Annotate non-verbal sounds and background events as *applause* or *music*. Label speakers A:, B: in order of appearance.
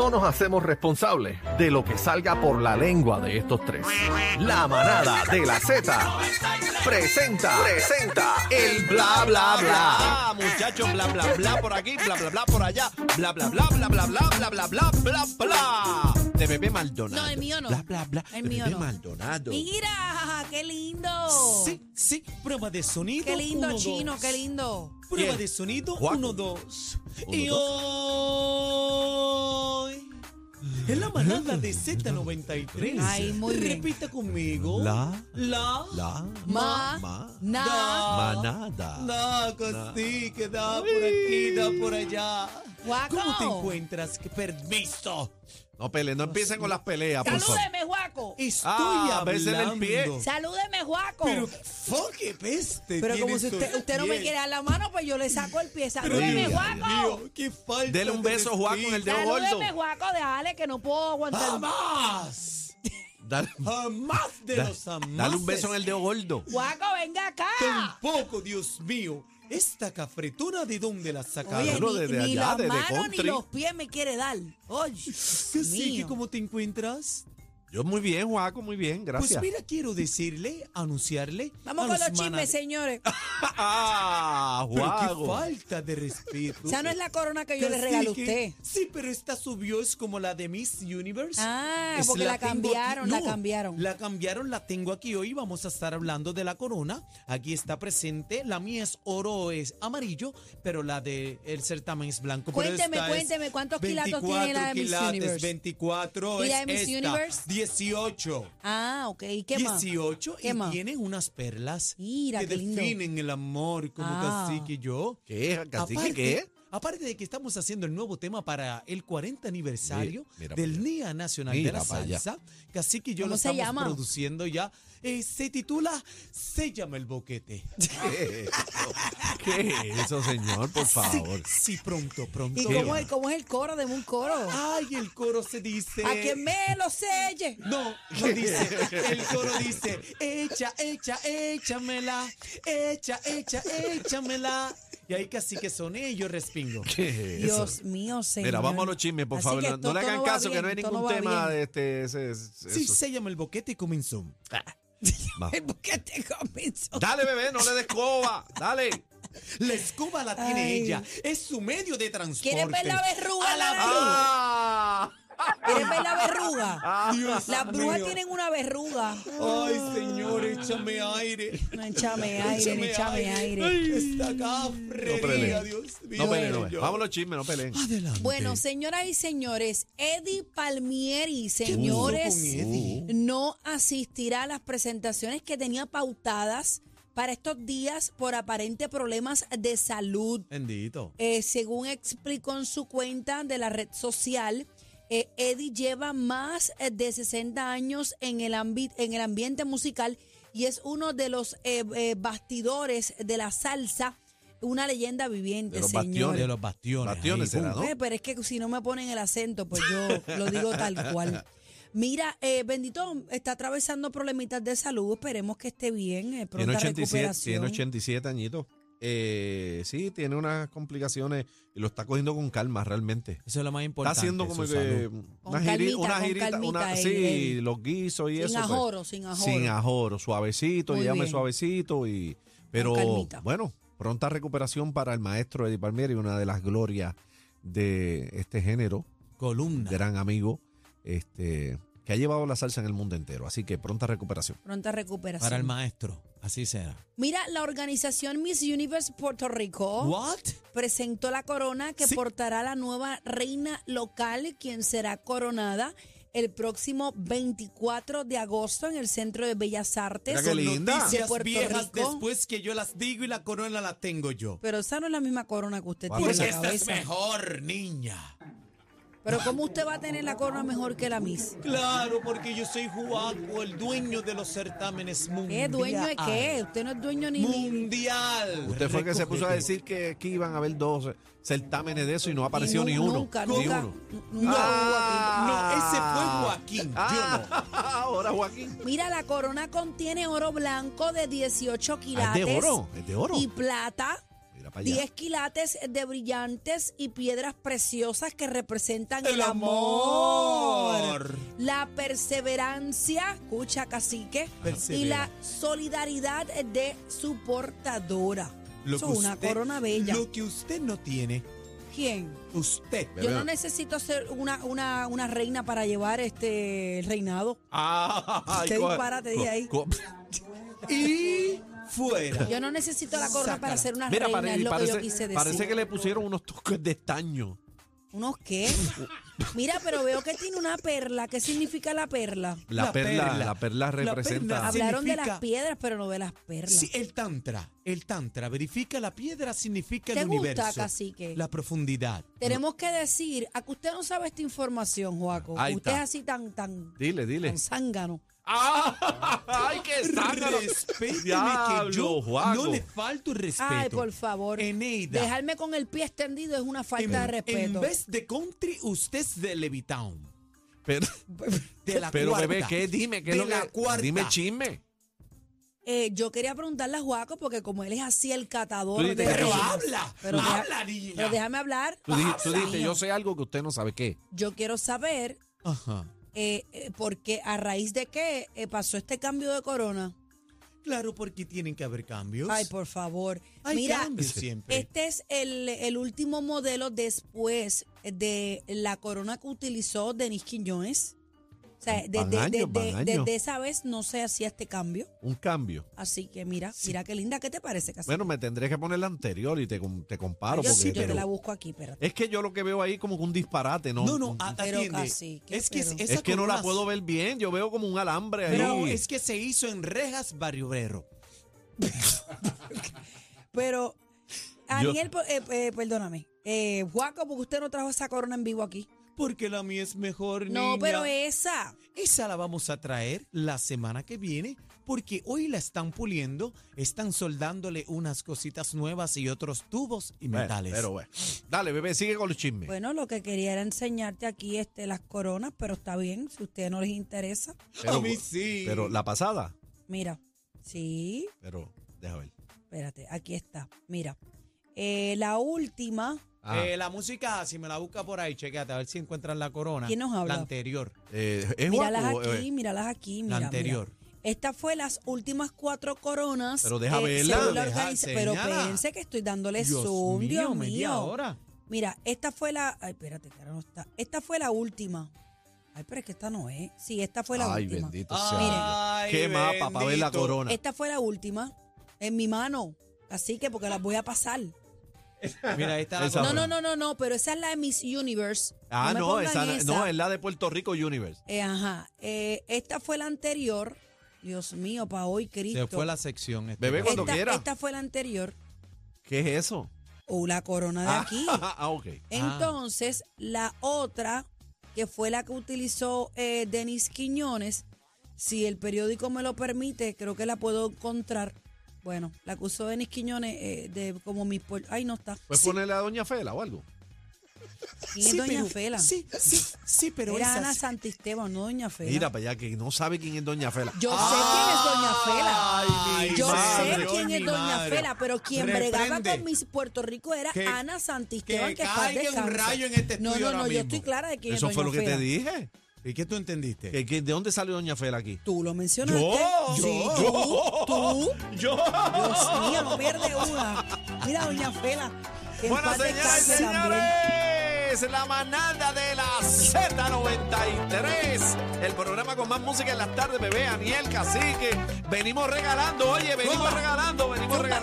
A: No nos hacemos responsables de lo que salga por la lengua de estos tres. La manada de la Z presenta, presenta el bla bla bla.
B: Ah, muchachos, bla bla bla por aquí, bla bla bla por allá, bla bla bla bla bla bla bla bla bla bla bla. De bebé Maldonado.
C: No, el mío no.
B: Bla bla bla.
C: El
B: de
C: mío
B: bebé
C: no.
B: Maldonado.
C: Mira, qué lindo.
D: Sí, sí, prueba de sonido.
C: Qué lindo
D: uno,
C: chino,
D: dos.
C: qué lindo.
D: Prueba
B: Bien.
D: de sonido,
B: Juaco.
D: uno, dos.
B: Uno,
D: y hoy. En la manada de Z93.
C: Ay, muy bien.
D: Repita conmigo.
B: La.
D: La.
B: La
C: Ma,
B: ma-
C: na,
B: manada.
D: La que da por aquí, da por allá.
C: Guaco.
D: ¿Cómo te encuentras? ¡Qué permiso!
B: No peleen, no empiecen con las peleas, por favor.
C: Salúdeme, Juaco.
D: Estoy
B: Ah,
D: hablando.
B: bésele el pie.
C: Salúdeme, Juaco.
D: Pero, ¡fo, qué peste!
C: Pero como
D: tienes
C: si usted,
D: hoy.
C: usted no me
D: Bien.
C: quiere dar la mano, pues yo le saco el pie.
D: Pero
C: Salúdeme,
D: Dios
C: Juaco.
D: mío, qué falta
B: Dele un
D: de Ah,
B: beso, Juaco, en el dedo gordo.
C: Salúdeme, Juaco. Déjale que no puedo aguantar.
D: ¡Jamás!
B: Dale,
D: ¡Jamás de
B: da-
D: los amases!
B: dale un
C: pues.
B: beso en el dedo gordo.
C: Juaco, venga acá.
D: Tampoco, Dios mío. Esta cafretona de dónde la sacaron.
C: Oye,
B: Cabrón,
C: ni,
B: desde
C: ni
B: allá,
C: las
B: desde
C: manos ni
B: country.
C: los pies me quiere dar. Oye,
D: ¿Qué *laughs* sí, que
C: mío.
D: cómo te encuentras?
B: Yo muy bien, Juaco, muy bien, gracias.
D: Pues mira, quiero decirle, anunciarle.
C: Vamos
D: a
C: con los
D: mana-
C: chismes, eh. señores.
B: ah,
D: Pero qué
B: Juaco.
D: falta de respeto.
C: Esa no es la corona que yo le regalo a usted.
D: Cacique, Sí, pero esta subió, es como la de Miss Universe.
C: Ah,
D: Es-
C: porque la
D: tengo
C: cambiaron, la cambiaron.
D: La cambiaron, la tengo aquí hoy. Vamos a estar hablando de la corona. Aquí está presente. La mía es oro, es amarillo, pero la del el certamen es blanco. Pero
C: Cuénteme,
D: esta es
C: cuénteme, ¿cuántos quilatos tiene la de
D: 24
C: Miss
D: quilates,
C: Universe?
D: 24
C: ¿Y la de
D: es
C: Miss
D: esta,
C: Universe?
D: 18.
C: Ah, ok. ¿Y qué más?
D: 18
C: ¿Qué
D: y
C: más?
D: tiene unas perlas
C: Mira,
D: que
C: qué lindo.
D: definen el amor como
C: Ah.
D: cacique y yo.
B: ¿Qué? ¿Cacique
D: Aparte-
B: qué?
D: Aparte de que estamos haciendo el nuevo tema para el 40 aniversario
B: Mi- mira
D: del
B: para allá.
D: Día Nacional
B: Mira
D: de la
B: para allá.
D: Salsa, casi que yo
C: ¿Cómo
D: lo
C: se
D: estamos
C: llama?
D: produciendo ya. Eh, se titula Se llama el boquete.
B: ¿Qué es eso? ¿Qué es eso, señor? Por favor.
D: Sí, pronto, pronto.
C: ¿Y cómo es, cómo es el coro? de un coro.
B: Ah,
D: Ay, el coro se dice.
C: A que me lo selle.
D: No, no dice. El coro dice, echa, echa, échamela, echa, echa, échamela. Y ahí casi que son ellos respingo.
B: ¿Qué es eso?
C: Dios mío, señor.
B: Mira, vamos a los chismes, por favor. No, no le hagan caso, que no hay ningún tema de este. Ese, ese-
D: Sí,
B: eso. Ah.
D: se llama el boquete y comenzó.
C: *laughs*
B: Va.
C: ¿Por qué te comenzó?
B: Dale, bebé, no le des coba.
C: *laughs*
B: Dale.
D: La escoba la tiene
C: Ay.
D: ella. Es su medio de transporte.
C: ¿Quieres ver la verruga?
D: A la
C: La verruga?
B: ¡Ah!
C: ¿Quieres ver la verruga?
B: Ah, Oh,
D: Dios
C: Las brujas
D: mío.
C: tienen una verruga.
D: Ay, señor, échame aire.
C: No, échame aire, échame aire.
D: Ay, Esta
B: No
D: cafrería,
B: peleen.
D: Dios mío.
B: No peleen, no peleen.
D: Señor.
B: Vamos a los chismes, no peleen.
D: Adelante.
C: Bueno, señoras y señores, Eddie Palmieri,
D: pasó
C: señores,
D: con Eddie?
C: no asistirá a las presentaciones que tenía pautadas para estos días por aparente problemas de salud.
D: Bendito.
C: Eh, según explicó en su cuenta de la red social, eh, Eddie lleva más eh, de 60 años en el, ambi- en el ambiente musical y es uno de los eh, eh, bastidores de la salsa, una leyenda viviente,
B: De los
C: señor.
B: bastiones.
D: De los bastiones.
B: Bastiones
D: ahí,
B: será,
D: boom.
B: ¿no?
C: Eh, pero es que si no me ponen el acento, pues yo lo digo tal cual. Mira, eh, Bendito está atravesando problemitas de salud. Esperemos que esté bien.
B: Tiene
C: eh, pronta
B: 87,
C: recuperación.
B: tiene 87 añitos. Eh, sí, tiene unas complicaciones y lo está cogiendo con calma realmente.
D: Eso es lo más
B: Está
D: importante.
B: haciendo como
D: su
B: que
D: salud.
C: Con
B: una, giri-
C: calmita,
B: una
C: con
B: girita,
C: calmita
B: una-
C: el-
B: sí,
C: el-
B: los guisos y
C: sin
B: eso. pues.
C: ajoro, sin ajoro.
B: Sin ajoro, suavecito,
C: Muy
B: llame
C: bien.
B: suavecito y pero
C: calmita.
B: bueno, pronta recuperación para el maestro Eddie Palmieri, una de las glorias de este género,
D: Columna.
B: gran amigo, este que ha llevado la salsa en el mundo entero, así que pronta recuperación.
C: Pronta recuperación.
D: Para el maestro. Así será.
C: Mira, la organización Miss Universe Puerto Rico
D: What?
C: presentó la corona que
D: Sí.
C: portará la nueva reina local, quien será coronada el próximo 24 de agosto en el Centro de Bellas Artes.
B: Mira qué
D: Son
B: linda.
C: De
D: Noticias
C: Puerto
D: viejas
C: Rico.
D: después que yo las digo y la corona la tengo yo.
C: Pero esa no es la misma corona que usted
B: Porque
C: tiene en
D: Porque
C: la
D: esta es
C: cabeza.
D: mejor, niña.
C: Pero ¿cómo usted va a tener la corona mejor que la Miss?
D: Claro, porque yo soy Juaco, el dueño de los certámenes
C: ¿Qué
D: mundiales.
C: dueño de qué? Usted no es dueño ni... ni-
D: Mundial.
B: Usted fue que se puso a
D: Recógete.
B: decir que aquí iban a haber dos certámenes de eso y no apareció ni,
C: nu-
B: uno.
C: Nunca,
B: ni
C: nunca.
B: uno.
C: nunca
B: Ah.
C: hubo aquí.
D: No, ese fue Joaquín, yo no.
B: Ahora Joaquín.
C: Mira, la corona contiene oro blanco de 18
B: Ah,
C: quilates.
B: es de oro, es de oro.
C: Y plata.
B: Mira para allá.
C: 10 quilates de brillantes y piedras preciosas que representan *laughs* el,
B: El amor.
C: la perseverancia, escucha cacique, y la
D: Persevera.
C: solidaridad de su portadora.
D: Lo
C: Eso
D: que
C: es una
D: usted-
C: corona bella.
D: Lo que usted no tiene,
C: ¿Quién?
D: usted.
C: Yo no necesito ser una, una, una reina para llevar este el reinado.
D: Ah,
C: Qué
D: co-
C: disparate dije ahí.
B: Co-
D: *laughs* y fuera.
C: Yo no necesito la corona para
D: Sácala.
C: ser una
B: Mira,
C: reina,
B: pare-
C: es lo
B: parece,
C: que yo quise decir.
B: parece que le pusieron unos toques de estaño.
C: ¿Unos qué? Mira, pero veo que tiene una perla. ¿Qué significa la perla?
B: La,
D: La
B: perla,
D: perla.
B: la perla
D: La
B: representa.
D: perla.
C: Hablaron de las
D: significa-
C: piedras, pero no de las perlas.
D: Sí, el tantra, el tantra, verifica la piedra, significa el
C: ¿Te gusta,
D: universo.
C: cacique?
D: La profundidad.
C: Tenemos que decir, a que usted no sabe esta información, Joaco.
B: Ahí
C: usted
B: está.
C: es así tan, tan,
B: Dile, dile.
C: tan zángano.
B: ¡Ah! ¡Ay, qué zángano!
D: Respéteme
B: Diablo,
D: que yo
B: Juaco.
D: no le falto el respeto.
C: Ay, por favor.
D: Eneida.
C: Dejarme con el pie extendido es una falta
D: en,
C: de respeto.
D: en vez de country, usted es de Levitown.
B: Pero,
D: De la
B: pero
D: cuarta.
B: bebé, ¿qué? Dime, ¿qué es
D: De
B: lo que-
D: la cuarta.
B: Dime chisme.
C: Eh, yo quería preguntarle a Joaco, porque como él es así el catador
B: Tú dices,
C: de
D: Pero
C: reinos,
D: habla,
C: pero deja-
D: habla, niña.
C: pero déjame hablar.
B: Tú, dijiste- tú
C: Dios
B: dijiste,
C: mío.
B: yo sé algo que usted no sabe qué.
C: Yo quiero saber
D: Ajá.
C: eh, eh, porque a raíz de qué eh, pasó este cambio de corona.
D: Claro, porque tienen que haber cambios.
C: Ay, por favor.
D: Hay
C: Mira,
D: cambios siempre.
C: este es el, el último modelo después de la corona que utilizó Denis Quiñones. O sea, desde,
B: Van años,
C: desde-
B: van años.
C: desde esa vez no se hacía este cambio.
B: Un cambio.
C: Así que mira, mira qué linda, ¿qué te parece, Cacique?
B: Bueno, me tendré que poner la anterior y te, com- te comparo.
C: yo
B: porque,
C: sí, yo
B: pero-
C: te la busco aquí, espérate.
B: es que yo lo que veo ahí como que un disparate, ¿no?
D: No, no, a-
C: Pero
D: atiende.
C: cacique,
D: es que
C: pero-
D: esa
B: es que no la
D: corona-
B: puedo ver bien. Yo veo como un alambre ahí.
D: Pero es que se hizo en rejas barriobero.
C: Pero, Aniel, po- eh, eh, perdóname. Eh, Juaco, porque usted no trajo esa corona en vivo aquí.
D: Porque la mía es mejor,
C: No,
D: niña.
C: pero esa.
D: Esa la vamos a traer la semana que viene porque hoy la están puliendo, están soldándole unas cositas nuevas y otros tubos y
B: Bueno,
D: metales.
B: Pero bueno. Dale, bebé, sigue con los chismes.
C: Bueno, lo que quería era enseñarte aquí este, las coronas, pero está bien, si a ustedes no les interesa.
B: pero,
D: a mí sí.
B: Pero la pasada.
C: Mira, sí,
B: Pero, déjame ver.
C: espérate, aquí está. Mira, eh, la última,
B: Ah,
D: Eh, la música, si me la busca por ahí, chequete, a ver si encuentran la corona.
C: ¿Quién nos habla?
D: La anterior.
B: eh, ¿Es
C: míralas
B: guapo, eh,
C: aquí, míralas aquí, mira.
D: la anterior.
C: mira. Esta fue las últimas cuatro coronas.
B: Pero deja verla.
C: según la
D: Deja,
C: organiza- pero
D: señala.
C: pensé que estoy dándole
D: Dios
C: zoom,
D: mío,
C: Dios mío.
D: media hora.
C: Mira, esta fue la. Ay, espérate, que ahora no está. Esta fue la última. Ay, pero es que esta no es. Sí, esta fue la
B: Ay,
C: última.
B: bendito
D: Miren.
B: sea. Dios.
D: Ay,
B: Qué mapa para ver la
D: bendito.
B: corona.
C: Esta fue la última en mi mano. Así que porque las voy a pasar.
D: Mira, ahí está la
B: Esa
C: No,
D: corona.
C: no, no, no, no, pero esa es la de Miss Universe.
B: Ah,
C: me
B: no,
C: pongan
B: esa, no, es la de Puerto Rico Universe.
C: Eh, ajá. Eh, esta fue la anterior. Dios mío, para hoy, Cristo.
D: Se fue la sección. este.
B: Bebé, cuando
C: esta,
B: quiera.
C: esta fue la anterior.
B: ¿Qué es eso? *laughs*
C: O la corona de
D: *laughs*
C: aquí.
B: ah, ok.
C: Entonces, la otra, que fue la que utilizó eh, Denis Quiñones, si el periódico me lo permite, creo que la puedo encontrar. Bueno, la que usó Denis Quiñones eh, de como mi... por- Ay, no está.
B: Pues ponerle a Doña Fela o algo.
C: ¿Quién es Doña
D: pero-
C: Fela?
D: Sí, sí, sí, pero
C: Era
D: esa
C: Ana
D: sí.
C: Santisteban, no Doña Fela.
B: Mira para allá que no sabe quién es Doña Fela.
C: Yo sé quién es Doña Fela.
D: Ay, mi
C: Yo
D: madre,
C: sé quién
D: mi
C: es Doña
D: madre.
C: Fela, pero quien
D: Reprende.
C: bregaba con mis Puerto Rico era
D: Que-
C: Ana Santisteban.
D: que
C: Que, en paz
D: caiga un
C: descanse.
D: rayo en este
C: No,
D: estudio
C: no, no,
D: ahora
C: yo
D: mismo.
C: estoy clara de quién
B: Eso
C: es Doña
B: fue lo que
C: Fela.
B: te dije.
D: ¿Y qué tú entendiste?
B: ¿Que- que- de dónde salió Doña Fela aquí?
C: Tú lo mencionaste.
B: Yo,
C: Sí,
B: yo,
C: tú, tú.
B: Yo.
C: Dios mío, no pierde una. Mira, doña Fela. que en
B: Buenas
C: paz
B: señoras y
C: descanse también.
B: señores, la manada de la Z93, el programa con más música en las tardes, bebé, Aniel Cacique. Venimos regalando, oye, venimos regalando, venimos regalando.